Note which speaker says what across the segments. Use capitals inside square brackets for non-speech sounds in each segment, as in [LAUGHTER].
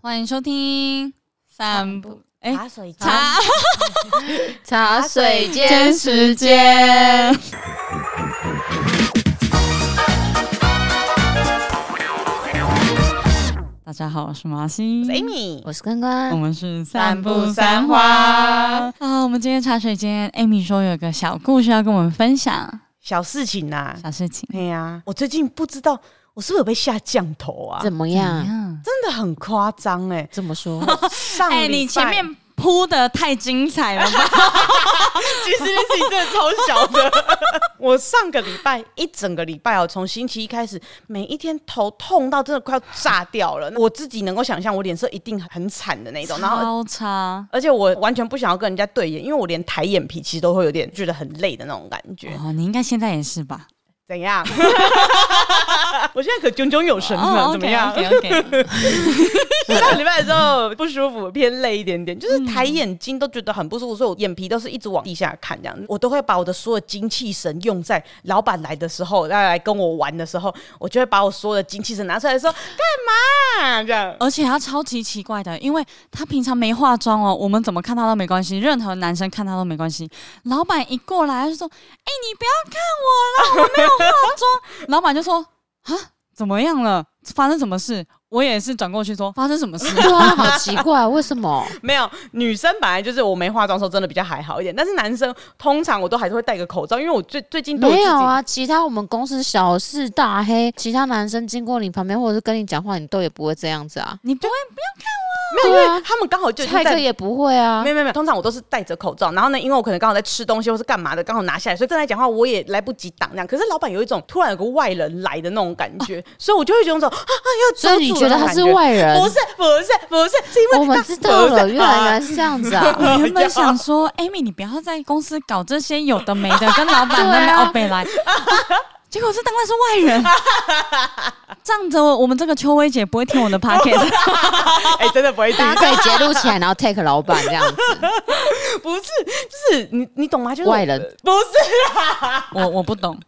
Speaker 1: 欢迎收听散步哎
Speaker 2: 茶水间
Speaker 1: 茶
Speaker 3: 茶水
Speaker 1: 间
Speaker 3: 间
Speaker 1: 时间。 [LAUGHS] 大家好，我是麻心，
Speaker 2: ，Amy，
Speaker 3: 我是关
Speaker 1: 我
Speaker 3: 关，
Speaker 1: 们是
Speaker 2: 散步
Speaker 1: 三
Speaker 2: 三
Speaker 1: 花
Speaker 2: 花
Speaker 1: 啊。我们今天茶水间，Amy 说有个小故事要跟我们分享，
Speaker 2: 小事情呐、
Speaker 1: 小事情。
Speaker 2: 哎呀、我最近不知道我是不是有被下降头啊，
Speaker 3: 怎么
Speaker 1: 怎
Speaker 3: 样？。
Speaker 1: 么样
Speaker 2: 真的很夸张哎
Speaker 3: 这么说，
Speaker 2: 上
Speaker 1: 哎、
Speaker 2: 礼拜
Speaker 1: 你前面铺的太精彩了吧？
Speaker 2: [LAUGHS] 其实这件事情真的超
Speaker 1: [LAUGHS]
Speaker 2: 小的。我上个礼拜一整个礼拜哦，从星期一开始，每一天头痛到真的快要炸掉
Speaker 1: 哦
Speaker 2: 了。我自己能够想象，我脸色一定很惨的那种，然
Speaker 1: 超
Speaker 2: 后
Speaker 1: 差。
Speaker 2: 而且我完全不想要跟人家对眼，因为我连抬眼皮其实都会有点觉得很累的那种感觉。
Speaker 1: 哦，你应该现在也是吧？
Speaker 2: 怎 [LAUGHS] 样？我现在可炯炯有神了，
Speaker 1: 哦
Speaker 2: 怎么样？ [LAUGHS]
Speaker 1: ？OK OK，
Speaker 2: 上礼拜的时候不舒服，偏累一点点，就是抬眼睛都觉得很不舒服，所以我眼皮都是一直往地下看，这样我都会把我的所有精气神用在老板来的时候，他来跟我玩的时候，我就会把我所有的精气神拿出来说干嘛这样。
Speaker 1: 而且他超级奇怪的，因为他平常没化妆哦，我们怎么看他都没关系，任何男生看他都没关系。老板一过来他就说：“哎、你不要看我了，我没有化妆。”老板就说：“啊，怎么样了？发生什么事？”我也是转过去说：“发生什么事
Speaker 3: [LAUGHS] 对啊，好奇怪，为什么？
Speaker 2: [LAUGHS] 没有，女生本来就是我没化妆的时候真的比较还好一点，但是男生通常我都还是会戴个口罩，因为我最最近对我自
Speaker 3: 没
Speaker 2: 己
Speaker 3: 有啊，其他我们公司小事大黑，其他男生经过你旁边或者是跟你讲话，你都也不会这样子啊？”，
Speaker 1: 你不会
Speaker 2: 没有，
Speaker 3: 对
Speaker 2: 因
Speaker 3: 啊
Speaker 2: 为他们刚好就已经
Speaker 3: 蔡
Speaker 2: 在
Speaker 3: 哥也不会啊
Speaker 2: 没。有没有没有，通常我都是戴着口罩，然后呢，因为我可能刚好在吃东西或是干嘛的，刚好拿下来，所以正在讲话，我也来不及挡这样。可是老板有一种突然有个外人来的那种感觉，所以我就会有一种啊啊要
Speaker 3: 所
Speaker 2: 抓
Speaker 3: 以你
Speaker 2: 住的
Speaker 3: 觉得
Speaker 2: 那种
Speaker 3: 他
Speaker 2: 感
Speaker 3: 是
Speaker 2: 觉？
Speaker 3: 外人？
Speaker 2: 不是不是不是，是因为
Speaker 3: [LAUGHS] 我们
Speaker 2: 那
Speaker 3: 知道
Speaker 2: 不是
Speaker 3: 了，原
Speaker 2: 啊
Speaker 3: 来是这样子 [LAUGHS] 啊。
Speaker 1: 我原本想说，Amy，你不要在公司搞这些有的没的，跟老板那边奥贝来。结果是当然是外人，仗着我我们这个秋薇姐不会听我的 podcast，
Speaker 2: [LAUGHS] 哎、真
Speaker 3: [LAUGHS]
Speaker 2: 的不会听，
Speaker 3: 大家可以截录起来，然后 take 老板这样子。
Speaker 2: 不是就是你你懂吗？就是我
Speaker 3: 外人
Speaker 2: 不是，
Speaker 1: 我我不懂，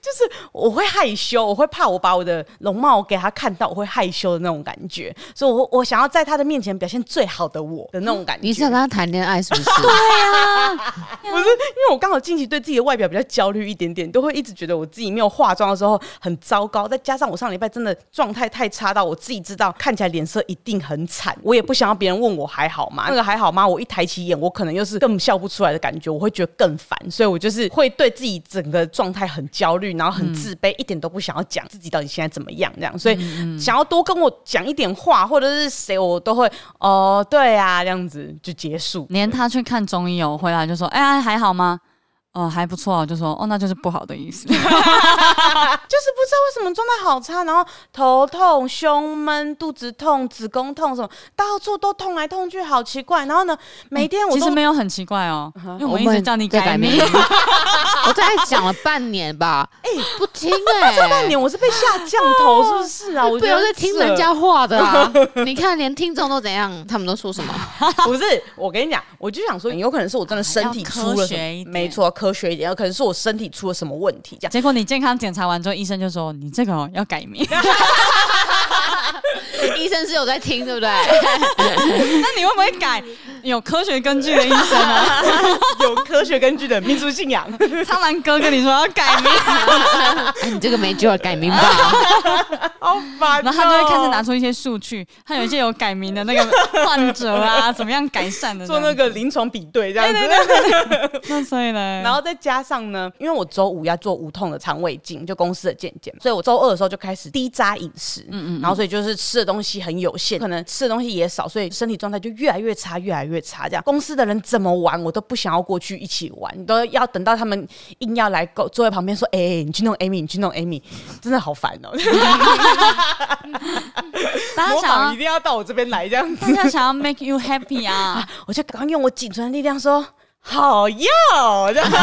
Speaker 2: 就是我会害羞，我会怕我把我的容貌给他看到，我会害羞的那种感觉，所以我我想要在他的面前表现最好的我的那种感觉。
Speaker 3: 你是想跟他谈恋爱是不是？
Speaker 2: 不是，因为我刚好近期对自己的外表比较焦虑一点点，都会一直觉得我自己没有化妆的时候很糟糕。再加上我上礼拜真的状态太差到我自己知道看起来脸色一定很惨，我也不想要别人问我还好吗？那个还好吗？我一抬起眼，我可能又是更笑不出来的感觉，我会觉得更烦。所以我就是会对自己整个状态很焦虑，然后很自卑，一点都不想要讲自己到底现在怎么样这样。所以想要多跟我讲一点话，或者是谁我都会哦，对啊，这样子就结束。
Speaker 1: 连他去看中医哦，回来就说，哎、呀还好吗？哦，还不错哦，就说哦，那就是不好的意思。
Speaker 2: 就是不知道为什么状态好差，然后头痛、胸闷、肚子痛、子宫痛什么，到处都痛来痛去，好奇怪。然后呢，每天 [LAUGHS] 我
Speaker 1: 其
Speaker 2: 都、
Speaker 1: 实没有很奇怪
Speaker 2: [LAUGHS]
Speaker 1: 哦，因为我们一直叫你
Speaker 3: 在
Speaker 1: 改名
Speaker 3: 名，， [LAUGHS] 我大概讲了半年吧，哎，不听哎，
Speaker 2: 半年我是被下降头，是 [LAUGHS] 不是啊？我
Speaker 3: 不
Speaker 2: 觉
Speaker 3: 要
Speaker 2: 得
Speaker 3: 再听人家话的啊！你看，连听众都怎样，他们都说什么？
Speaker 2: 不是，我跟你讲，我就想说，嗯啊有可能是我真的身体出
Speaker 1: 要科
Speaker 2: 了什
Speaker 1: 学一
Speaker 2: 么，
Speaker 1: 点
Speaker 2: 没错，科学一点，有可能是我身体出了什么问题，这
Speaker 1: [LAUGHS]
Speaker 2: 样。
Speaker 1: 结果你健康检查完之后，医生就说你这个、哦、要改名。 [LAUGHS]
Speaker 3: 医生是有在听，对不对？啊
Speaker 1: 那你会不会改？有科学根据的医生
Speaker 2: [LAUGHS]
Speaker 1: 啊，
Speaker 2: [LAUGHS] 有科学根据的民族信 [LAUGHS] 仰，
Speaker 1: 苍兰哥跟你说要改
Speaker 2: [LAUGHS]
Speaker 1: 名。
Speaker 3: 哎，你这个没救了，改名吧。
Speaker 2: 好烦、哦
Speaker 1: 然后他就会开始拿。出一些数据，他有一些有改名的那个患者啊，怎么样改善的这
Speaker 2: 做
Speaker 1: 样
Speaker 2: 那个临床比对这样子，
Speaker 1: [LAUGHS] 那所以呢，
Speaker 2: 然后再加上呢，因为我周五要做无痛的肠胃镜，就公司的健检，所以我周二的时候就开始低渣饮食，嗯嗯，然后所以就是吃的东西很有限，可能吃的东西也少，所以身体状态就越来越差，越来越差。这样公司的人怎么玩，我都不想要过去一起玩，都要等到他们硬要来坐在旁边说：“哎、你去弄 Amy，你去弄 Amy。”真的好烦哦、
Speaker 1: 大家
Speaker 2: [LAUGHS] 模
Speaker 1: 想
Speaker 2: 仿一
Speaker 1: 要
Speaker 2: 定要到我这边来这 [LAUGHS] 样子，
Speaker 1: 大家想要 make you happy 啊，
Speaker 2: 我就赶快用我仅存的力量说：“好要。”这样
Speaker 1: [LAUGHS]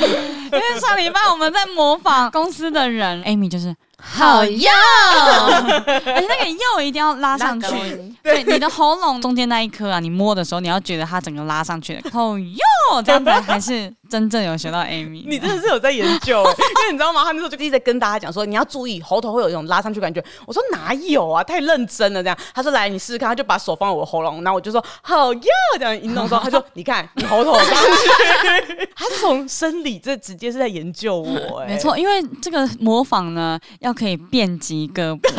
Speaker 1: 因为上礼拜我们在模仿公司的人，Amy 就是。
Speaker 3: 好呀，
Speaker 1: [LAUGHS] 而且那个又一定要拉上去
Speaker 2: 拉高，
Speaker 1: 对你的喉咙中间那一颗啊，你摸的时候你要觉得它整个拉上去，后又这样子还是真正有学到 Amy，
Speaker 2: 你真的是有在研 [LAUGHS] 究、欸，因为你知道吗？他那时候就一直在跟大家讲说，你要注意喉头会有一种拉上去感觉。我说哪有啊，太认真了这样。他说来，你试试看，他就把手放在我喉咙，然后我就说好呀，这样一 [LAUGHS] 弄之后，他说你看你喉头有上 [LAUGHS] 去，他是从生理这直接是在研究 [LAUGHS] 我、欸，
Speaker 1: 没。错，因为这个模仿呢，要可以遍及各 [LAUGHS] 国，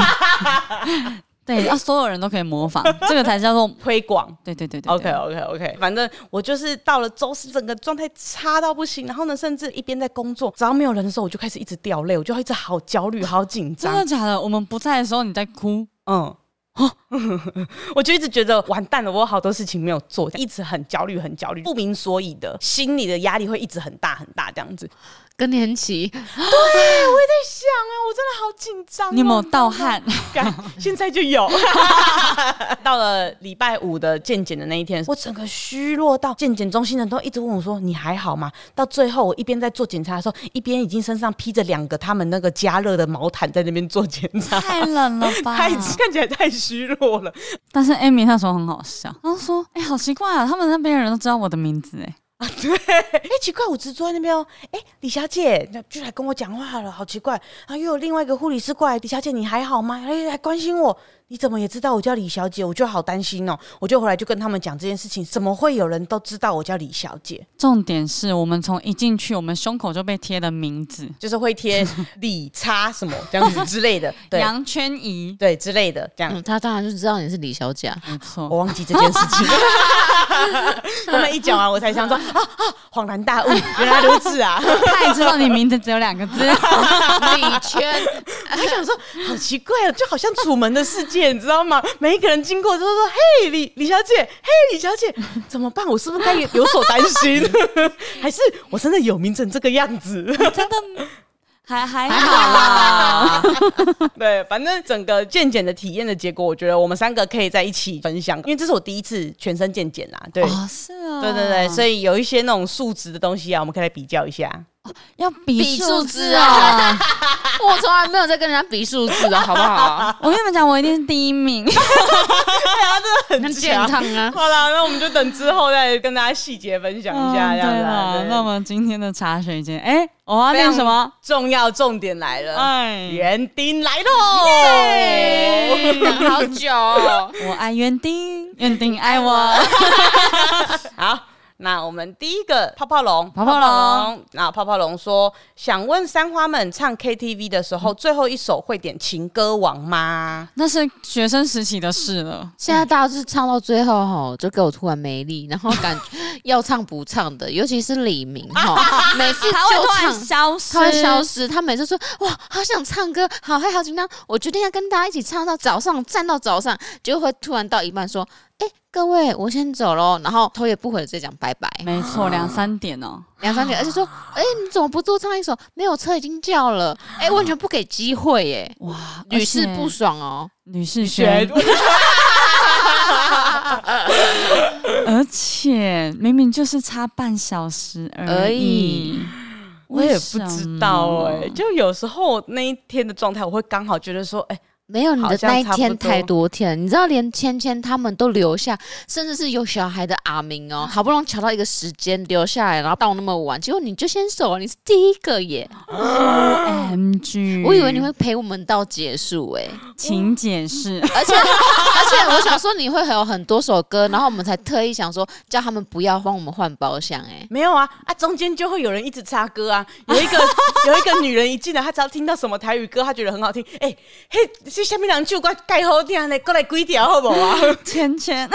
Speaker 1: 对，要所有人都可以模 [LAUGHS] 仿，这个才叫做
Speaker 2: 推广
Speaker 1: 对对对对对
Speaker 2: OK OK OK，反正我就是到了周四，整个状态差到不行。然后呢，甚至一边在工作，只要没有人的时候，我就开始一直掉泪，我就一直好焦虑、好紧
Speaker 1: 真
Speaker 2: 张
Speaker 1: 的。假的？我们不在的时候你在哭，
Speaker 2: 嗯。 [LAUGHS] 我就一直觉得完蛋了，我有好多事情没有做，一直很焦虑，很焦虑，不明所以的，心里的压力会一直很大很大这样子。
Speaker 3: 更年期，
Speaker 2: 在想哎、我真的好紧张哦、
Speaker 1: 你有没有盗汗？
Speaker 2: 干现在
Speaker 1: [LAUGHS]
Speaker 2: 就有。到了礼拜五的健检的那一天，我整个虚弱到健检中心的人都一直问我说：“你还好吗？”到最后，我一边在做检查的时候，一边已经身上披着两个他们那个加热的毛毯在那边做检查，
Speaker 1: [LAUGHS] 太冷了
Speaker 2: [LAUGHS]
Speaker 1: 吧？
Speaker 2: 太看起来太虚弱了。
Speaker 1: 但是 Amy 那时候很好笑，她说：“哎、好奇怪啊，他们那边的人都知道我的名字、哎，
Speaker 2: 哎、奇怪，我只坐在那边哦。哎、李小姐，那居然跟我讲话了，好奇怪。啊，又有另外一个护理师过来，李小姐你还好吗？哎、还关心我。你怎么也知道我叫李小姐？我就好担心哦。我就回来就跟他们讲这件事情，怎么会有人都知道我叫李小姐？
Speaker 1: 重点是我们从一进去，我们胸口就被贴了名字，
Speaker 2: 就是会贴李叉什么这样子之类的，对
Speaker 1: 杨圈怡，
Speaker 2: 对之类的这样。
Speaker 3: 嗯，他当然就知道你是李小姐啊。
Speaker 1: 没错。
Speaker 2: 我忘记这件事情， [LAUGHS] 他们一讲完，我才想说啊啊，恍然大悟，原来如此啊！
Speaker 1: 他也知道你名字只有两个
Speaker 2: [LAUGHS]
Speaker 1: 字，
Speaker 3: 李圈，
Speaker 2: 我想说， [LAUGHS] 好奇怪哦，就好像《楚门的世界》，你知道吗？ [LAUGHS] 每一个人经过都说：“嘿，李李小姐，嘿，李小姐，怎么办？我是不是该有有所担心？ [LAUGHS] 还是我真的有名成这个样子？” [LAUGHS]
Speaker 1: 真的还还好哦啦。
Speaker 2: 对，反正整个健检的体验的结果，我觉得我们三个可以在一起分享，因为这是我第一次全身健检啦。对，
Speaker 1: 哦，是啊，
Speaker 2: 对对对，所以有一些那种数值的东西啊，我们可以来比较一下。
Speaker 1: 要比
Speaker 3: 比
Speaker 1: 数
Speaker 3: 数
Speaker 1: 字
Speaker 3: 字
Speaker 1: 啊
Speaker 2: 哦
Speaker 3: 啊！我从来没有在跟人家比数字的，好不好？
Speaker 1: [LAUGHS] 我跟你们讲，我一定是第一名。
Speaker 3: 很健康
Speaker 2: [LAUGHS]
Speaker 3: 啊。
Speaker 2: 好啦，那我们就等之后再跟大家细节分享一下，
Speaker 1: 嗯
Speaker 2: 这样
Speaker 1: 对
Speaker 2: 子啊。
Speaker 1: 了
Speaker 2: 对，
Speaker 1: 那我们今天的茶水间，哎，我要念什么？
Speaker 2: 重要重点来了，
Speaker 1: 哎
Speaker 2: 园丁来喽！
Speaker 3: 等哎好久哦、
Speaker 1: 我爱园
Speaker 2: [LAUGHS]
Speaker 1: 丁，园丁爱我。
Speaker 2: 好，那我们第一个泡泡龙，
Speaker 1: 泡泡龙
Speaker 2: 龙，那泡泡龙说，想问三花们唱 KTV 的时候，最后一首会点情歌王吗？
Speaker 1: 那是学生时期的事了。
Speaker 3: 现在大家就是唱到最后吼，就给我突然没力，然后感觉要唱不唱的，尤其是李明哈，每次
Speaker 1: 他会
Speaker 3: 就
Speaker 1: 突然消
Speaker 3: 唱。
Speaker 1: 失，
Speaker 3: 他会消失，他每次说哇，好想唱歌，好嗨，好紧张，我决定要跟大家一起唱到早上，站到早上，就会突然到一半说，哎、各位，我先走喽，然后头也不回的再讲拜拜，
Speaker 1: 没错，两三点哦、
Speaker 3: 两三点，而且说，哎、你怎么不多唱一首？没有车已经叫了，哎、完全不给机会耶、
Speaker 1: 哇，
Speaker 3: 屡试
Speaker 1: 而且
Speaker 3: 不爽哦。
Speaker 1: 吕世轩，而且明明就是差半小时而
Speaker 3: 而
Speaker 1: 已
Speaker 3: 已，
Speaker 2: 我也
Speaker 1: 为
Speaker 2: 不
Speaker 1: 什
Speaker 2: 知道哎、
Speaker 1: 么
Speaker 2: 就有时候那一天的状态，我会刚好觉得说，哎、
Speaker 3: 没有你
Speaker 2: 好
Speaker 3: 的
Speaker 2: 像
Speaker 3: 那一
Speaker 2: 差不
Speaker 3: 天
Speaker 2: 多
Speaker 3: 太多天了，你知道，连芊芊他们都留下，甚至是有小孩的阿明哦，好不容易瞧到一个时间留下来，然后到那么晚，结果你就先走了，你是第一个耶！
Speaker 1: M
Speaker 2: 嗯
Speaker 1: G，
Speaker 3: 我以为你会陪我们到结
Speaker 2: [LAUGHS]
Speaker 3: 束哎，
Speaker 1: 请解释，
Speaker 3: 而且而且我想说你会有很多首歌，然后我们才特意想说叫他们不要帮我们换包厢
Speaker 2: [LAUGHS]
Speaker 3: 哎，
Speaker 2: 没有啊啊，中间就会有人一直插歌啊，有一 [LAUGHS] 个有一个女人一进来，她只要听到什么台语歌，她觉得很好听，哎、嘿，这下面两句我盖好听嘞，过来几条好不好啊？
Speaker 1: [LAUGHS] 芊芊，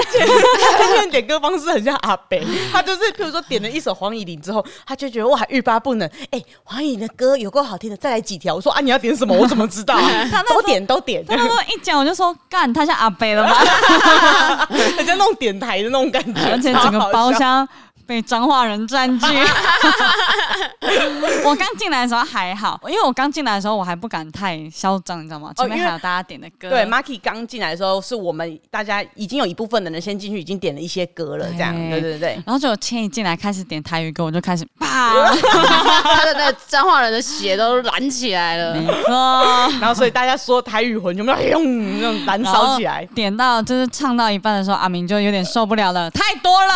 Speaker 2: 他们点歌方式很像阿北，他就是譬如说点了一首黄以玲之后，他就觉得哇欲罢不能，哎、黄以玲的歌有够好听的，再来几条。我说啊，你要点什么？我怎
Speaker 1: [LAUGHS]
Speaker 2: 么知道、啊？都点都点，
Speaker 1: 他那时候一讲我就说，干，他像阿北了吧？
Speaker 2: [LAUGHS] 人家那种点台的那种感觉，
Speaker 1: 而且整个
Speaker 2: 超好笑
Speaker 1: 包厢被彰化人占据。 [LAUGHS] 我刚进来的时候还好，因为我刚进来的时候我还不敢太嚣张，你知道吗？
Speaker 2: 哦
Speaker 1: 前面
Speaker 2: 因为
Speaker 1: 还有大家点的歌，
Speaker 2: 对，Marky 刚进来的时候，是我们大家已经有一部分的人先进去，已经点了一些歌了，这样，
Speaker 1: 哎
Speaker 2: 对对对。
Speaker 1: 然后就有千一进来开始点台语歌，我就开始
Speaker 2: [LAUGHS]
Speaker 1: 啪，
Speaker 3: 他的那个彰化人的血都燃起来了。
Speaker 1: 没错。
Speaker 2: 然后，所以大家说台语魂全部都哎呦那种燃
Speaker 1: 然后
Speaker 2: [LAUGHS] 烧起来。 [LAUGHS]
Speaker 1: 点到就是唱到一半的时候，阿明就有点受不了了，太多了，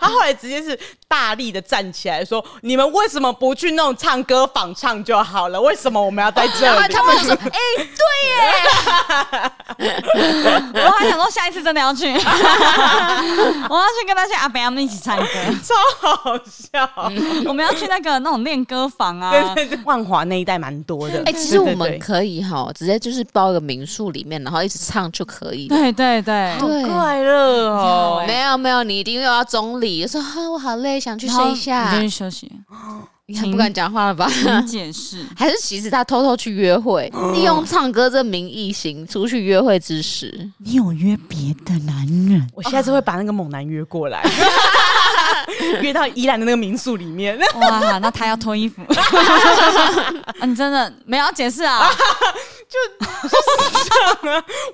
Speaker 2: 他后来直接是大力的站起来说：“你们为什么不去弄唱歌仿唱就好了？为什么我们要在这
Speaker 1: 然后
Speaker 2: 里？”
Speaker 1: 他们就说：“哎、对耶！”我还想说下一次真的要去，我 [LAUGHS] 要去跟那些阿伯他们一起唱歌，
Speaker 2: [LAUGHS] 超好笑。
Speaker 3: 嗯
Speaker 1: [LAUGHS] 我们要去那个那种练歌房啊。
Speaker 2: 对对对，万华那一带蛮多的。
Speaker 3: 哎、其实我
Speaker 2: 对
Speaker 3: 们
Speaker 2: 对
Speaker 3: 可以哈，直接就是包一个民宿里面，然后一直唱就可以了。
Speaker 1: 对对对，
Speaker 3: 对
Speaker 2: 好快乐哦！
Speaker 3: 嗯没有没有，你一定又要中理，说哈我好累，想去睡一
Speaker 1: 然后
Speaker 3: 下
Speaker 2: 嗯
Speaker 1: 你就去。休息。
Speaker 3: 你看不敢讲话了吧？
Speaker 1: 请解释，
Speaker 3: [LAUGHS] 还是其实他偷偷去约会，
Speaker 2: 嗯
Speaker 3: 利用唱歌这名义行出去约会之时，
Speaker 1: 你有约别的男人？
Speaker 2: 我下次会把那个猛男约过来， [LAUGHS] 约到宜兰的那个民宿里面。 [LAUGHS]
Speaker 1: 哇，那他要脱衣服？ [LAUGHS] 啊、你真的没有要解释
Speaker 3: [LAUGHS]
Speaker 1: 啊？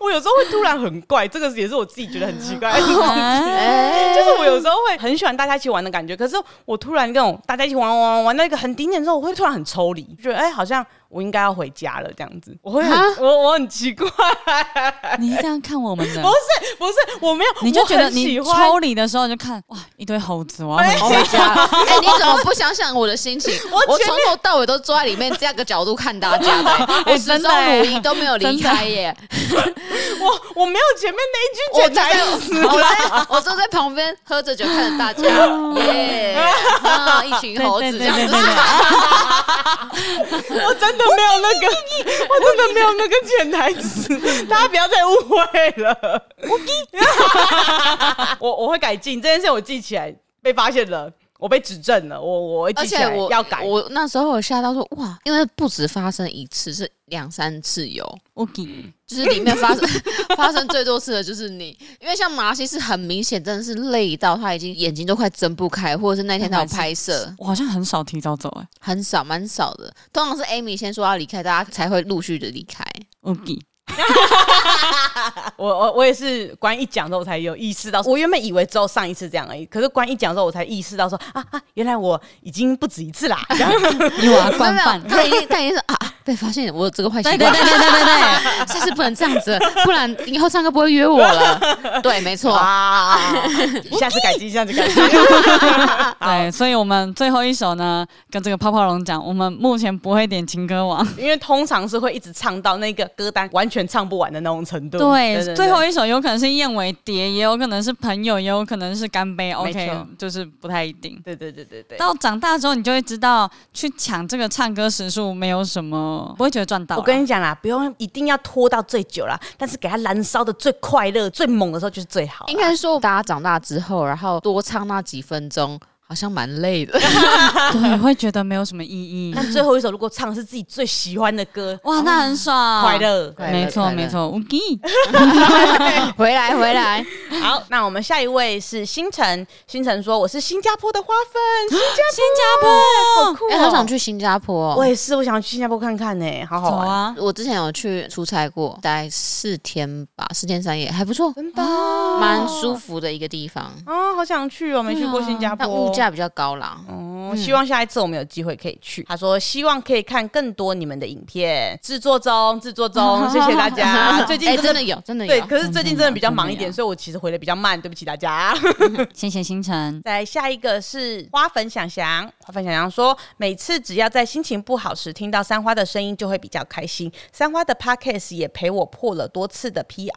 Speaker 2: 我有时候会突然很怪，这个也是我自己觉得很奇
Speaker 3: [LAUGHS]
Speaker 2: 怪。
Speaker 3: 哎、
Speaker 2: 就是我有时候会很喜欢大家一起玩的感觉，可是我突然那种大家一起玩玩玩玩到一个很顶点之后，我会突然很抽离，觉得哎、好像我应该要回家了这样子。我会
Speaker 3: 啊
Speaker 2: 很我我很奇怪，
Speaker 1: 你是这样看我们的
Speaker 2: [LAUGHS] 不？是不是，我没有，
Speaker 1: 你就觉
Speaker 2: 我
Speaker 1: 得
Speaker 2: 很
Speaker 1: 你
Speaker 2: 喜欢
Speaker 1: 抽离的时候你就看哇一堆猴子，我要回家。
Speaker 3: [LAUGHS] 哎你怎么不想想我的心情？我从头到尾都坐在里面这个角度看大家的、我始
Speaker 1: 真的
Speaker 3: 终
Speaker 1: 哎
Speaker 3: 如一都没有离开耶。
Speaker 2: 我我没有前面那一句
Speaker 3: 我
Speaker 2: 简
Speaker 3: 就
Speaker 2: 单
Speaker 3: 在我在我坐在旁边喝着酒看着大家，耶、啊，一群猴子这样子。
Speaker 2: [LAUGHS] 我真的没有那个， [LAUGHS] 我真的没有那个潜台词，大家不要再误会了。 [LAUGHS] 我我会改进这件事，我记起来被发现了，我被指正了，我我会
Speaker 3: [LAUGHS] 而
Speaker 2: 记起
Speaker 3: 且
Speaker 2: 来
Speaker 3: 我
Speaker 2: 要改。
Speaker 3: 我那时候我吓到说哇，因为不止发生一次，是两三次有。
Speaker 1: 我给
Speaker 3: 就是里面发生发生最多次的就是你，因为像马拉西是很明显，真的是累到他已经眼睛都快睁不开，或者是那天他有拍摄，
Speaker 1: 我好像很少提早走哎、
Speaker 3: 很少蛮少的。通常是 Amy 先说要离开，大家才会陆续的离开。
Speaker 1: 我给
Speaker 2: 我我我也是关一讲之后我才有意识到，我原本以为只有上一次这样而已，可是关一讲之后我才意识到说啊啊，原来我已经不止一次啦。这样
Speaker 1: 你我要
Speaker 3: 没有
Speaker 1: 惯
Speaker 3: 没有，
Speaker 1: 犯。
Speaker 3: 他已经他已经是啊啊被发现我有这个坏习
Speaker 1: 对
Speaker 3: 惯，
Speaker 1: 对对对对对对，
Speaker 3: [LAUGHS] 下次不能这样子，不然以后唱歌不会约我了。
Speaker 1: [LAUGHS]
Speaker 3: 对，没错。
Speaker 2: 啊，下次改进，下次改进。
Speaker 1: 对，所以我们最后一首呢，跟这个泡泡龙讲，我们目前不会点情歌王。
Speaker 2: [LAUGHS] 因为通常是会一直唱到那个歌单完全唱不完的那种程度。
Speaker 1: 对，最后一首有可能是燕尾蝶，也有可能是朋友，也有可能是干杯。
Speaker 2: 没
Speaker 1: OK，
Speaker 2: 错
Speaker 1: 就是不太一定。
Speaker 2: 对对对对对。
Speaker 1: 到长大之后，你就会知道，去抢这个唱歌时数没有什么，不会觉得赚到啦。
Speaker 2: 我跟你讲啦，不用一定要拖到最久啦，但是给它燃烧的最快乐、最猛的时候就是最好啦。
Speaker 3: 应该说，大家长大之后，然后多唱那几分钟，好像蛮累
Speaker 1: [LAUGHS]
Speaker 3: 的。
Speaker 1: 对，会觉得没有什么意义。
Speaker 2: [LAUGHS] 但最后一首如果唱的是自己最喜欢的歌，
Speaker 1: 哇，那很爽，
Speaker 2: 哦
Speaker 3: 哦
Speaker 2: 快。乐。
Speaker 3: 快乐
Speaker 1: 没错
Speaker 3: 快乐
Speaker 1: 没错，无敌。
Speaker 3: [LAUGHS] 回来，
Speaker 1: [LAUGHS]
Speaker 3: 回来。
Speaker 2: 好， [LAUGHS] 那我们下一位是星辰。星辰说：“我是新加坡的花
Speaker 3: [GASPS]
Speaker 2: 粉，新加
Speaker 1: 新加坡，
Speaker 2: 坡好酷、
Speaker 3: 哎、
Speaker 2: 哦
Speaker 3: 好想。去新加坡、
Speaker 2: 我
Speaker 3: 哦。
Speaker 2: 也是，我想去新加坡看看呢、好好
Speaker 1: 走
Speaker 2: 玩。
Speaker 1: 啊！
Speaker 3: 我之前有去出差过，大概四天吧，四天三夜，还不错，
Speaker 2: 真的哦
Speaker 3: 蛮舒服的一个地方。
Speaker 2: 啊，好想去哦，没去过新加坡。
Speaker 3: 但嗯物价比嗯较高啦。
Speaker 2: 哦，希望下一次我们有机会可以去。他说希望可以看更多你们的影片，制作中，制作
Speaker 3: [LAUGHS]
Speaker 2: 中，谢谢大家。最近
Speaker 3: 哎、
Speaker 2: 真的,、
Speaker 3: 真的有，真的
Speaker 2: 对，
Speaker 3: 有。
Speaker 2: 可是最近真的比较忙一
Speaker 1: 真的
Speaker 2: 点，
Speaker 1: 有
Speaker 2: 所以我其实回的比较慢，对不起大家。 [LAUGHS]
Speaker 1: 谢谢星辰，
Speaker 2: 再下一个是花粉想想，花粉想想说，每次只要在心情不好时听到三花的声音，就会比较开心。三花的 podcast 也陪我破了多次的 PR，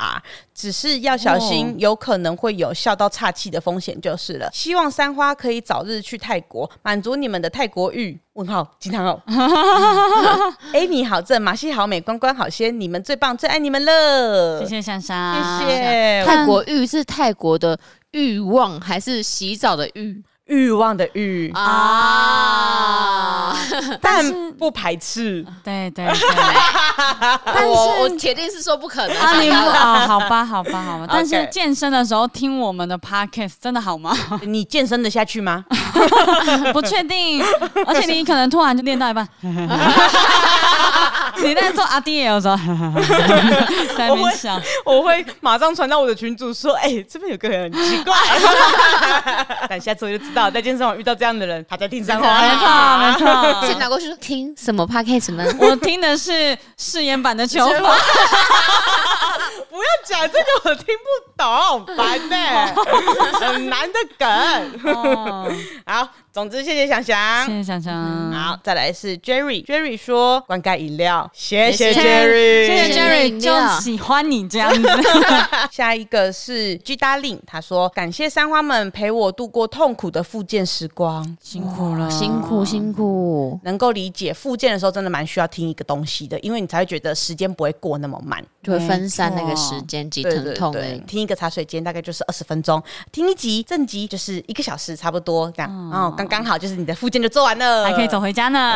Speaker 2: 只是要小心，
Speaker 1: 哦
Speaker 2: 有可能会有笑到岔气的风险就是了。希望三花可以早日去泰国，满足你们的泰国欲。问号惊叹号 [LAUGHS] ，Amy 好正，马戏好美，关关好仙，你们最棒，最爱你们了，
Speaker 1: 谢谢香香，
Speaker 2: 谢。谢
Speaker 3: 泰国浴是泰国的欲望，还是洗澡的浴
Speaker 2: 欲望的欲，
Speaker 3: 啊？
Speaker 2: 但不排斥。
Speaker 1: 对对对。但
Speaker 3: 我
Speaker 1: 是
Speaker 3: 我铁定是说不可能。
Speaker 1: 啊，
Speaker 3: [LAUGHS]
Speaker 1: 你不啊，好吧，好吧，好吧。但是
Speaker 2: OK
Speaker 1: 健身的时候听我们的 podcast 真的好吗？
Speaker 2: [LAUGHS] 你健身的下去吗？
Speaker 1: [LAUGHS] 不确定，而且你可能突然就练到一
Speaker 2: [LAUGHS]
Speaker 1: 半，你在做阿弟也有时
Speaker 2: [LAUGHS]
Speaker 1: 候在那
Speaker 2: 我会
Speaker 1: 边笑，
Speaker 2: [LAUGHS] 我会马上传到我的群主说：“哎、这边有个人很奇怪。” [LAUGHS] 但下次我就知道，在健身房遇到这样的人，他在听 [LAUGHS] 三花。
Speaker 1: 没
Speaker 2: 啊
Speaker 1: 错没
Speaker 3: 先
Speaker 1: 错。
Speaker 3: 拿过去说听什么 podcast 呢？
Speaker 1: 我听的是誓言版的求法，
Speaker 2: 不要讲这个，我听不懂，烦呢、 [LAUGHS] 很难的梗。 [LAUGHS]
Speaker 1: 哦，
Speaker 2: 好，总之谢谢想想
Speaker 1: 谢。谢想想，
Speaker 2: 好，再来是 Jerry。Jerry 说：“灌溉饮料，谢谢
Speaker 3: 谢谢
Speaker 2: Jerry，
Speaker 1: 谢
Speaker 3: 谢
Speaker 1: 谢
Speaker 3: 谢
Speaker 1: Jerry，
Speaker 3: 你
Speaker 1: 就
Speaker 3: 啊
Speaker 1: 喜欢你这样
Speaker 2: [LAUGHS]
Speaker 1: 子。
Speaker 2: 下一个是 G 达令，他说感谢三花们陪我度过痛苦的复健时光，
Speaker 1: 辛苦
Speaker 2: 啊
Speaker 1: 了，
Speaker 3: 辛苦辛苦，
Speaker 2: 能够理解复健的时候真的蛮需要听一个东西的，因为你才会觉得时间不会过那么慢。
Speaker 3: 就会
Speaker 1: 没
Speaker 3: 分散那个
Speaker 1: 错
Speaker 3: 时间及
Speaker 2: 对
Speaker 3: 疼
Speaker 2: 对
Speaker 3: 痛欸哎的
Speaker 2: 对，听一个茶水间大概就是二十分钟，听一集正集就是一个小时差不多这样，哦，刚刚好就是你的复健就做完了，
Speaker 1: 还可以走。回家
Speaker 2: [LAUGHS]
Speaker 1: 呢，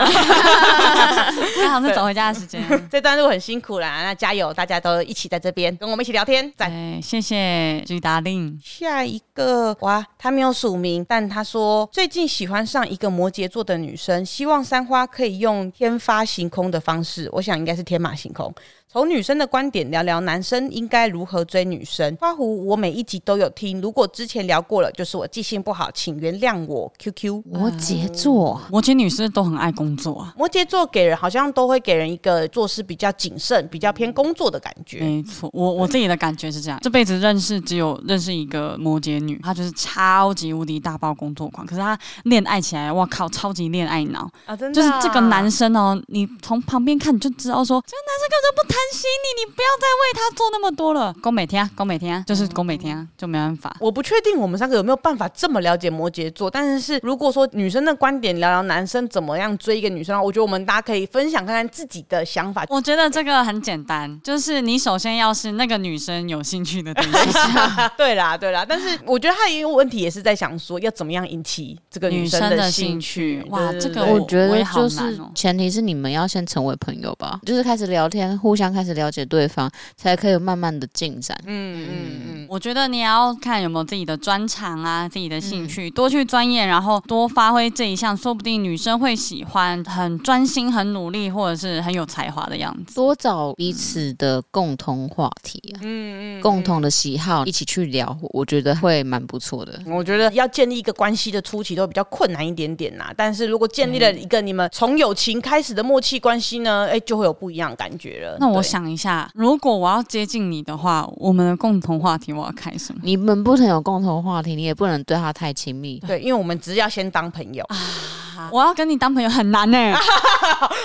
Speaker 1: 刚好是走回家的时间。
Speaker 2: 这段路很辛苦啦，那加油！大家都一起在这边跟我们一起聊天，赞。
Speaker 1: 对，谢谢朱达令。
Speaker 2: 下一个哇，他没有署名，但他说最近喜欢上一个摩羯座的女生，希望三花可以用天发行空的方式，我想应该是天马行空，从女生的观点聊聊男生应该如何追女生。花狐我每一集都有听，如果之前聊过了，就是我记性不好，请原谅我。QQ
Speaker 3: 摩羯座，
Speaker 1: 摩羯女士都很爱工作啊，
Speaker 2: 摩羯座给人好像都会给人一个做事比较谨慎、比较偏工作的感觉。
Speaker 1: 没错，我我自己的感觉是这样，这辈子认识只有认识一个摩羯女，她就是超级无敌大爆工作狂，可是她恋爱起来，哇靠，超级恋爱脑，
Speaker 2: 啊，真
Speaker 1: 就是这个男生哦，你从旁边看你就知道说，这个男生根本就不贪心你，你不要再为他做那么多了，宫每天啊，宫每天啊，就是宫每天啊，就没办法。
Speaker 2: [LAUGHS] 我不确定我们三个有没有办法这么了解摩羯座，但是如果说女生的观点聊聊男生怎么样追一个女生，我觉得我们大家可以分享看看自己的想 [LAUGHS] 法。
Speaker 1: 我觉得这个很简单，就是你首先要是那个女生有兴趣的对象，
Speaker 2: 对啦，对啦，但是我觉得他也有问题，也是在想说要怎么样引起这个
Speaker 1: 女
Speaker 2: 生
Speaker 1: 生的
Speaker 2: 兴
Speaker 1: 兴趣。哇，
Speaker 2: 对
Speaker 1: 这
Speaker 2: 对
Speaker 1: 个
Speaker 2: 对
Speaker 1: 我
Speaker 3: 我觉
Speaker 1: 也
Speaker 3: 得
Speaker 1: 好
Speaker 3: 就是
Speaker 1: 难哦。
Speaker 3: 前提是你们要先成为朋友吧，就是开始聊天，互相开始了解对方，才可以慢慢的进展。
Speaker 2: 嗯嗯嗯，
Speaker 1: 我觉得你也要看有没有自己的专长啊，自己的兴趣，多去钻研，然后多发挥这一项，说不定女生会喜欢，很专心、很努力，或者是很有才华的样子。
Speaker 3: 多找彼此的共同话题啊，嗯嗯，共同的喜好一起去聊，我觉得会蛮不错的。
Speaker 2: 我觉得要建立一个关系的初期都比较困难一点点啦，但是如果建立了一个你们从友情开始的默契关系呢，哎，就会有不一样的感觉了。
Speaker 1: 那我
Speaker 2: 对
Speaker 1: 想一下，如果我要接近你的话，我们的共同话题我要开什么？
Speaker 3: 你们不能有共同话题，你也不能对他太亲密。
Speaker 2: [LAUGHS] 对，因为我们只是要先当朋 [LAUGHS] 友，啊
Speaker 1: 我要跟你当朋友很难呢、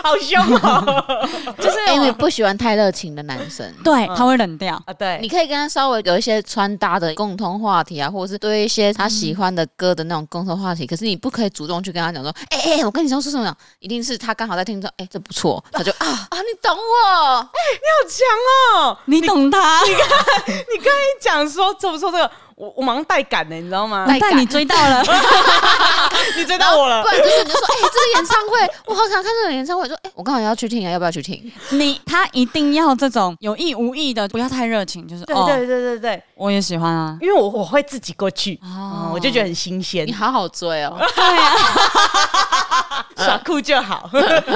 Speaker 2: 好凶哦
Speaker 1: [LAUGHS] 就是
Speaker 3: 因为
Speaker 1: 我嗯
Speaker 3: 不喜欢太热情的男 [LAUGHS] 生。
Speaker 1: 对他会冷掉。
Speaker 2: 啊！对，
Speaker 3: 你可以跟他稍微有一些穿搭的共同话题啊，或者是对一些他喜欢的歌的那种共同话题。可是你不可以主动去跟他讲说，哎、哎、我跟你说是什么？一定是他刚好在听说，哎、这不错，他就啊啊，你懂我。
Speaker 2: 好强哦！
Speaker 1: 你懂他，
Speaker 2: 你刚才讲说做不做这个，我我忙带感呢，你知道 [LAUGHS] 吗？
Speaker 3: 带
Speaker 1: 但
Speaker 3: 感
Speaker 1: 你追到 [LAUGHS] 了，
Speaker 2: 你追到我了
Speaker 3: 不，然就是你 [LAUGHS] 就说，哎、这个演唱会，我好想看这个演唱会。说，哎、我刚好要去听啊，要不要去听？
Speaker 1: 你他一定要这种有意无意的，不要太热情，就是
Speaker 2: 对
Speaker 1: 哦，
Speaker 2: 对对对对，
Speaker 1: 我也喜欢啊，
Speaker 2: 因为我我会自己过去，
Speaker 1: 哦
Speaker 2: 嗯，我就觉得很新鲜
Speaker 3: 你，好好追哦。
Speaker 1: 对啊。
Speaker 2: 耍酷就好。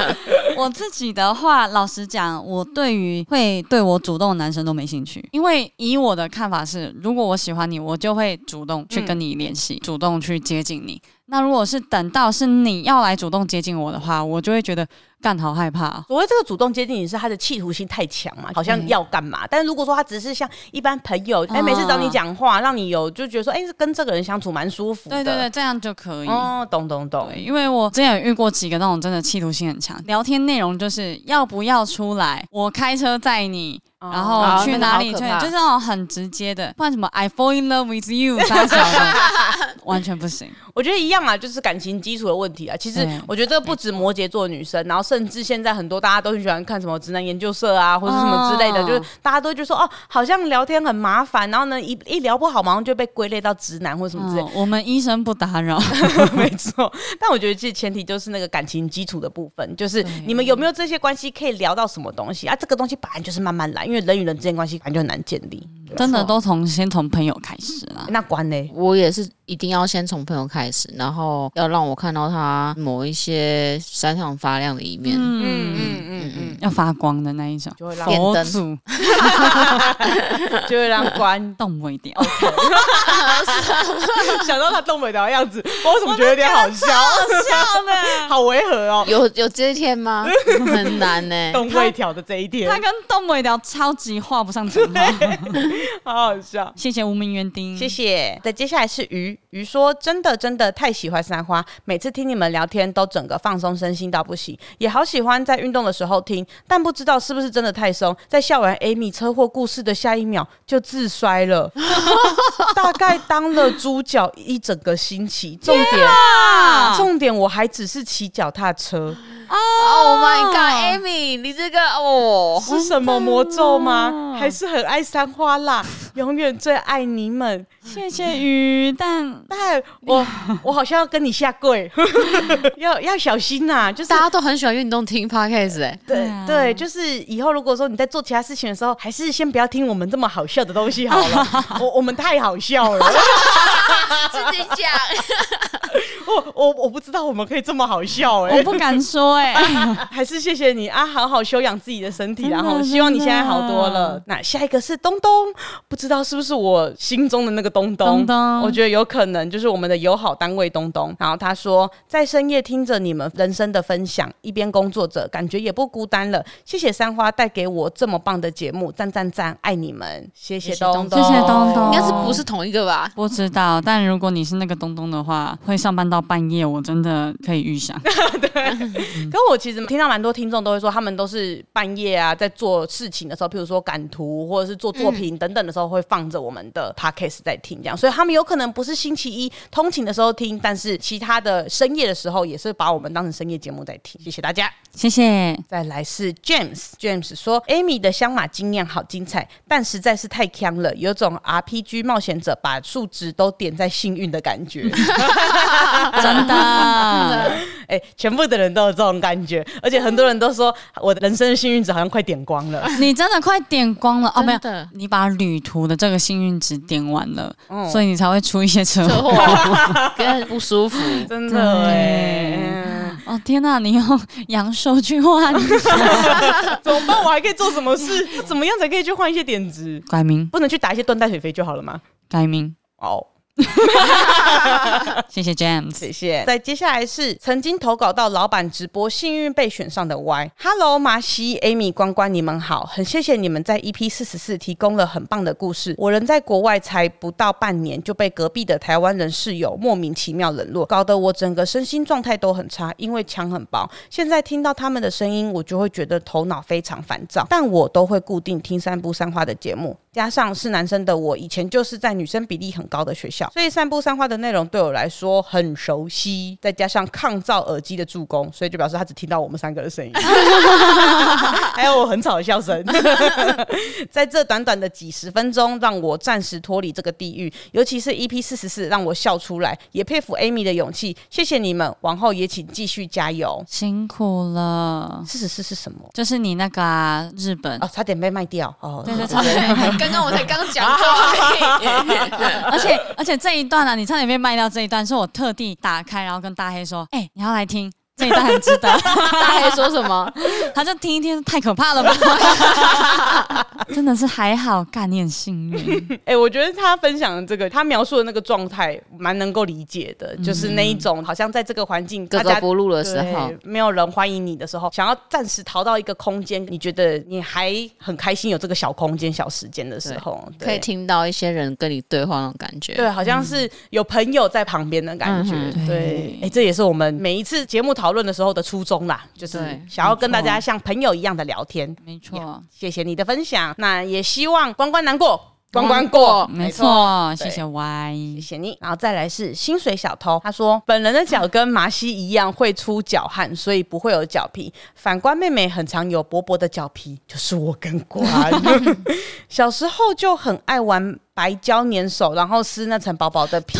Speaker 1: [LAUGHS] 我自己的话，老实讲，我对于会对我主动的男生都没兴趣，因为以我的看法是，如果我喜欢你，我就会主动去跟你联系，主动去接近你。那如果是等到是你要来主动接近我的话，我就会觉得干好害怕哦、
Speaker 2: [LAUGHS] 所谓这个主动接近你，是他的企图心太强嘛，好像要干嘛？但如果说他只是像一般朋友，哎，
Speaker 1: 嗯
Speaker 2: 每次找你讲话，让你有就觉得说，哎，跟这个人相处蛮舒服的。
Speaker 1: 对对对，这样就可以。
Speaker 2: 哦，懂懂懂
Speaker 1: 对，。因为我之前有遇过几个那种真的企图心很强，聊天内容就是要不要出来，我开车载你，
Speaker 2: 哦
Speaker 1: 然后
Speaker 3: 啊
Speaker 1: 去
Speaker 3: 那个
Speaker 1: 哪
Speaker 3: 好
Speaker 1: 里
Speaker 3: 可
Speaker 1: 去，
Speaker 3: 怕
Speaker 1: 就是那种很直接的，不然什么 I fall in love with you 啥小的，完全不行。
Speaker 2: 我觉得一样啊，就是感情基础的问题啊。其实
Speaker 1: 对
Speaker 2: 我觉得这不止摩羯座的女生，然后甚至现在很多大家都很喜欢看什么直男研究社啊，或者什么之类的，
Speaker 1: 哦
Speaker 2: 就是大家都就说哦，好像聊天很麻烦，然后呢一一聊不好，马上就被归类到直男或什么之类
Speaker 1: 嗯，我们医生不打扰，
Speaker 2: 的。 [LAUGHS] 没错，但我觉得这前提就是那个感情基础的部分，就是
Speaker 1: 对
Speaker 2: 你们有没有这些关系可以聊到什么东西啊？这个东西本来就是慢慢来，因为人与人之间关系本来就很难建立。
Speaker 1: 真的都从先从朋友开始啦。
Speaker 2: 那关呢？
Speaker 3: 我也是一定要先从朋友开始，然后要让我看到他某一些闪闪发亮的一面。
Speaker 2: 嗯
Speaker 1: 嗯，
Speaker 2: 嗯嗯嗯
Speaker 1: 要发光的那一种，
Speaker 2: 就会让
Speaker 3: 电
Speaker 1: 佛
Speaker 3: 灯
Speaker 1: 祖
Speaker 2: 就会让关
Speaker 1: 动我一点。
Speaker 2: [LAUGHS] 想到他东北的样子，我怎么觉得有点好
Speaker 1: [LAUGHS]
Speaker 2: 笑？
Speaker 1: 笑的，
Speaker 2: [LAUGHS] 好违和哦，
Speaker 3: 有有这一天 [LAUGHS] 吗？很难呢、
Speaker 2: 东
Speaker 1: 他
Speaker 2: 北调的这一天
Speaker 1: 他，跟动尾聊超级画不上等号。
Speaker 2: 好好笑。
Speaker 1: 谢谢无名园丁，
Speaker 2: 嗯谢。谢。再接下来是鱼，鱼说真的真的太喜欢三花，每次听你们聊天都整个放松身心到不行，也好喜欢在运动的时候听，但不知道是不是真的太松，在校园 Amy 车祸故事的下一秒就自摔 [LAUGHS] 了，大概当了猪脚一整个星期。重点重点我还只是骑脚踏车，
Speaker 3: Oh my god，Amy，你这个哦，
Speaker 2: 是什么魔咒
Speaker 1: 哦
Speaker 2: 吗？还是很爱三花
Speaker 1: [LAUGHS]
Speaker 2: 啦，永远最爱你们。
Speaker 1: 谢谢鱼，但
Speaker 2: 但
Speaker 1: [LAUGHS]
Speaker 2: 我我好像要跟你下跪， [LAUGHS] 要要小心呐、就是
Speaker 3: 大。家都很喜欢运动听 podcast 哎、
Speaker 1: 对
Speaker 2: 对
Speaker 1: 啊
Speaker 2: 对，就是以后如果说你在做其他事情的时候，还是先不要听我们这么好笑的东西好
Speaker 1: [LAUGHS]
Speaker 2: 了。我我们太好笑了， [LAUGHS]
Speaker 3: 自己讲，
Speaker 2: 我我我不知道我们可以这么好笑哎、
Speaker 1: 我不敢说哎、
Speaker 2: 还是谢谢你啊，好好休养自己的身体，
Speaker 1: 真的
Speaker 2: 然后希望你现在好多了。那下一个是东东，不知道是不是我心中的那个东东？
Speaker 1: 东东
Speaker 2: 我觉得有可能就是我们的友好单位东东。然后他说，在深夜听着你们人生的分享，一边工作着，感觉也不孤单了。谢谢三花带给我这么棒的节目，赞赞赞，爱你们！谢谢
Speaker 3: 谢谢
Speaker 2: 东
Speaker 3: 东
Speaker 2: 东，
Speaker 1: 谢谢东东
Speaker 3: [LAUGHS] 应该是不是同一个吧？
Speaker 1: 不知道。但如果你是那个东东的话，会上班到半夜，我真的可以预想。
Speaker 2: 可我其实听到蛮多听众都会说，他们都是半夜啊，在做事情的时候，譬如说赶图或者是做作品等等的时候，会放着我们的 podcast 在听，这样，所以他们有可能不是星期一通勤的时候听，但是其他的深夜的时候，也是把我们当成深夜节目在听。谢谢大家。
Speaker 1: 谢谢，
Speaker 2: 再来是 James，James 说，Amy 的香马经验好精彩，但实在是太强了，有种 RPG 冒险者把数值都点在幸运的感觉。 [LAUGHS]
Speaker 1: 真
Speaker 3: 嗯
Speaker 1: 的，
Speaker 3: 啊
Speaker 2: 哎、全部的人都有这种感觉，而且很多人都说我的人生的幸运值好像快点光了。
Speaker 1: [LAUGHS] 你真的快点光了哦，没有
Speaker 3: 真。的
Speaker 1: 你把旅途的这个幸运值点完了，
Speaker 2: 嗯
Speaker 1: 所以你才会出一些车
Speaker 3: 车 [LAUGHS]
Speaker 1: 祸。
Speaker 3: 祸跟不舒服，
Speaker 2: 真
Speaker 1: 的
Speaker 2: 哎、
Speaker 1: 欸 [LAUGHS] 哦天哪、你用阳寿去换
Speaker 2: 怎么办？我还可以做什么事？怎么样才可以去换一些点值？
Speaker 1: 改名，
Speaker 2: 不能去打一些断带水肥就好了吗？
Speaker 1: 改名，
Speaker 2: 哦，
Speaker 1: 谢谢 James。
Speaker 2: 谢谢。再接下来是曾经投稿到老板直播幸运被选上的 Y。Hello，麻西、Amy、关关，你们好，很谢谢你们在 EP 四十四提供了很棒的故事。我人在国外才不到半年，就被隔壁的台湾人室友莫名其妙冷落，搞得我整个身心状态都很差，因为墙很薄。现在听到他们的声音，我就会觉得头脑非常烦躁，但我都会固定听三不三花的节目。加上是男生的我，以前就是在女生比例很高的学校，所以散步三花的内容对我来说很熟悉。再加上抗噪耳机的助攻，所以就表示他只听到我们三个的声音， [LAUGHS] 还有我很吵的笑声。在这短短的几十分钟，让我暂时脱离这个地狱，尤其是 EP 四十四，让我笑出来，也佩服 Amy 的勇气。谢谢你们，往后也请继续加油。
Speaker 1: 辛苦了，
Speaker 2: 四十四是什么？
Speaker 1: 就是你那个、啊、日本，
Speaker 3: 嗯
Speaker 2: 哦，差点被卖掉哦。 [LAUGHS]
Speaker 1: 对对对
Speaker 3: 刚刚我才刚讲过而已，
Speaker 1: [LAUGHS] 而且而且这一段啊，你差点被卖掉这一段，是我特地打开，然后跟大黑说：“哎、你要来听这一段很值得。 [LAUGHS]
Speaker 3: 大黑说什 [LAUGHS] 么？”
Speaker 1: 他就听一听，太可怕了吧！ [LAUGHS] 真的是还好，干念幸运，
Speaker 2: 哎、我觉得他分享的这个，他描述的那个状态，蛮能够理解的，就是那一种好像在这个环境，
Speaker 3: 格
Speaker 2: 大
Speaker 3: 格
Speaker 2: 家
Speaker 3: 嗯不入的时候
Speaker 2: 对，没有人欢迎你的时候，想要暂时逃到一个空间，你觉得你还很开心有这个小空间、小时间的时候，对
Speaker 3: 可以。听到一些人跟你对话那种感觉。
Speaker 2: 对，好像是有朋友在旁边的感觉。
Speaker 3: 嗯
Speaker 1: 哼
Speaker 2: 对，哎、
Speaker 1: 对
Speaker 2: 这也是我们每一次节目讨论的时候的初衷啦，就是
Speaker 3: 对
Speaker 2: 想要跟
Speaker 1: 没
Speaker 2: 大
Speaker 1: 错
Speaker 2: 家像朋友一样的聊天。
Speaker 1: 没
Speaker 2: [LAUGHS]
Speaker 1: 错，
Speaker 2: 谢谢你的分享，那也希望关关难过，关关过，
Speaker 1: 没错，谢
Speaker 2: 对
Speaker 1: 谢 Y
Speaker 2: 谢。谢你。然后再来是薪水小偷，他说本人的脚跟麻西一样会出脚汗，所以不会有脚皮。反观妹妹很常有薄薄的脚皮，就是我跟关。小时候就很爱玩白胶粘手，然后撕那层薄薄的皮。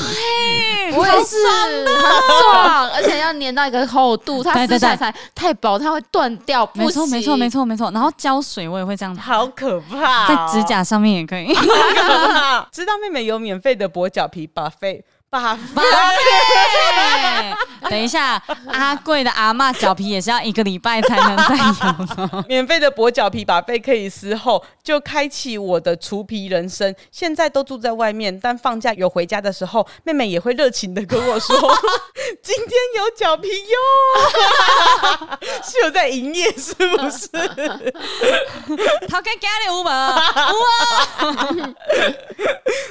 Speaker 3: 我也是，很爽，而且要粘到一个厚度，它
Speaker 1: 对对
Speaker 3: 撕
Speaker 1: 对
Speaker 3: 下来才太薄，它会断掉，不
Speaker 1: 没错，没错，
Speaker 3: 行
Speaker 1: 没。错，没错。然后胶水我也会这样，
Speaker 2: 好可怕、哦
Speaker 1: [LAUGHS]
Speaker 2: [LAUGHS]
Speaker 1: 在指。甲上面也可以。
Speaker 2: 好可怕！知道妹妹有免费的薄脚皮把费。把
Speaker 1: 八月，等一下，阿贵的阿嬷脚皮也是要一个礼拜才能再
Speaker 2: [LAUGHS]
Speaker 1: 有呢。
Speaker 2: 免费的跛脚皮把贝克以撕后，就开启我的除皮人生。现在都住在外面，但放假有回家的时候，妹妹也会热情的跟我说：“今天有脚皮哟， [LAUGHS] 是有在营业是不是
Speaker 1: 头家家里有无？有？”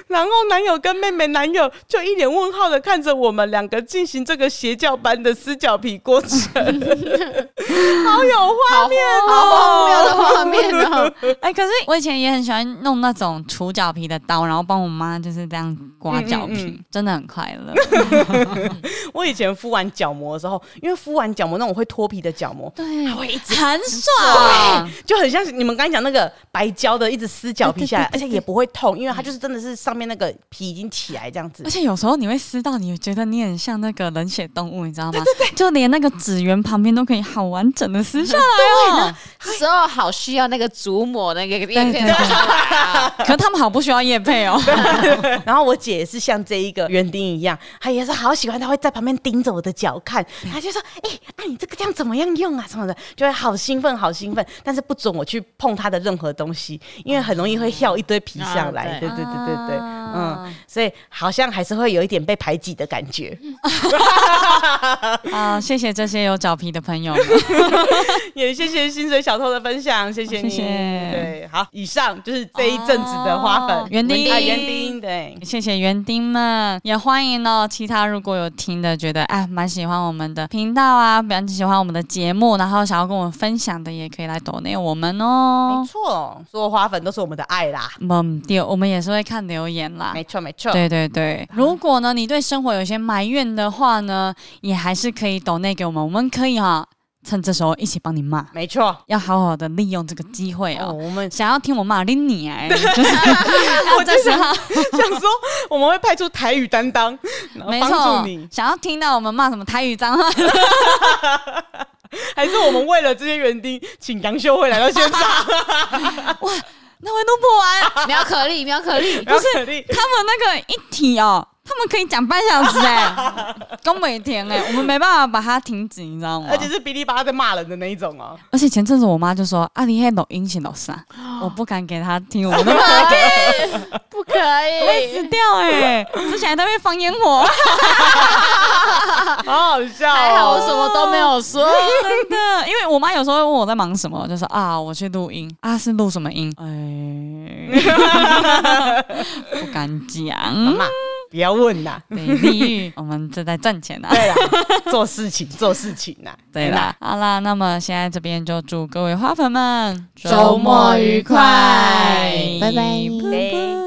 Speaker 2: 然后男友跟妹妹男友就一脸问号的看着我们两个进行这个邪教般的撕脚皮过程， [LAUGHS] 好有画面
Speaker 3: 好荒
Speaker 2: 哦！
Speaker 3: 谬的画面哦！
Speaker 1: 哎、可是我以前也很喜欢弄那种除脚皮的刀，然后帮我妈就是这样刮脚皮，
Speaker 2: 嗯嗯
Speaker 1: 真的很快乐。
Speaker 2: 我以前敷完角膜的时候，因为敷完角膜那种会脱皮的角膜，
Speaker 1: 对， [LAUGHS]
Speaker 2: 它会一直
Speaker 1: 很爽。
Speaker 2: 就很像你们刚才讲那个白胶的，一直撕脚皮下来，而
Speaker 1: 对对对对
Speaker 2: 且也不会痛，因为它就是真的是上面那个皮已经起来这样子
Speaker 1: 而。且有时候你会撕到，你觉得你很像那个冷血动物，你知道吗？对对对，就连那个指缘旁边都可以好完整的撕下来哦。
Speaker 3: 这时候好需要那个足膜那个
Speaker 1: 对对 [LAUGHS] 可是他们好不需要叶配哦。
Speaker 2: 然后我姐也是像这一个园丁一样，她也是好喜欢，她会在旁边盯着我的脚看，她就说：“哎、啊你这个这样怎么样用啊什么的，就会好兴奋，好兴奋。”但是不准我去碰她的任何东西，因为很容易会掉一堆皮上来。
Speaker 3: 啊
Speaker 2: 对
Speaker 3: 对
Speaker 2: 对对对对，
Speaker 1: 哦啊
Speaker 2: 嗯，所以好像还是会有一点被排挤的感觉。
Speaker 1: 嗯啊、谢谢这些有脚皮的朋友们。
Speaker 2: 也谢谢薪水小偷的分享，谢谢你。
Speaker 1: 哦谢谢
Speaker 2: 对，好，以上就是这一阵子的花粉
Speaker 1: 哦园丁
Speaker 2: 啊，园丁，对，
Speaker 1: 谢谢园丁们，也欢迎哦。其他如果有听的，觉得哎蛮喜欢我们的频道啊，蛮喜欢我们的节目，然后想要跟我们分享的，也可以来抖内我们
Speaker 2: 没
Speaker 1: 哦。
Speaker 2: 错，所有花粉都是我们的爱啦，
Speaker 1: 嗯，对，我们也是会看留言啦。
Speaker 2: 没错没错。
Speaker 1: 啊对对对，如果呢你对生活有些埋怨的话呢，也还是可以抖内给我们，我们可以哈、啊趁这时候一起帮你骂，
Speaker 2: 没错，
Speaker 1: 要好好的利用这个机会
Speaker 2: 哦，
Speaker 1: 哦。
Speaker 2: 我们
Speaker 1: 想要听我骂拎你哎，就是要这时候。
Speaker 2: [LAUGHS] 想说我们会派出台语担当，然后
Speaker 1: 没
Speaker 2: 帮
Speaker 1: 错
Speaker 2: 助你，，
Speaker 1: 想要听到我们骂什么台语脏话，
Speaker 2: 还是我们为了这些园丁，请杨秀慧来到现场，
Speaker 1: 那我弄不完。
Speaker 3: 苗可丽，苗可丽，
Speaker 2: 不是
Speaker 1: 他们那个一题哦，他们可以讲半小时哎，东北甜哎，我们没办法把它停止，你知道吗？
Speaker 2: 而且是哔哩吧啦在骂人的那一种哦。
Speaker 1: 而且前阵子我妈就说：“啊，你那抖音是老啥？”我不敢给她听，我
Speaker 2: [LAUGHS]
Speaker 1: 们都
Speaker 3: [LAUGHS] 不可以
Speaker 1: 死，掉哎、之前还在那边放烟
Speaker 2: [LAUGHS]
Speaker 1: 火，
Speaker 2: 好好笑、哦，
Speaker 3: 还好我什么都没有说。
Speaker 1: 真的。因为我妈有时候会问我在忙什么，我就说啊，我去录音啊，是录什么音？哎，不敢
Speaker 2: [LAUGHS]
Speaker 1: 讲。
Speaker 2: 嘛，不要问啦，
Speaker 1: 对，利益我们正在赚钱啊。
Speaker 2: 对啦，做事情做事情啦，
Speaker 1: 对啦，好啦，那么现在这边就祝各位花粉们
Speaker 3: 周末愉快拜拜
Speaker 1: 拜拜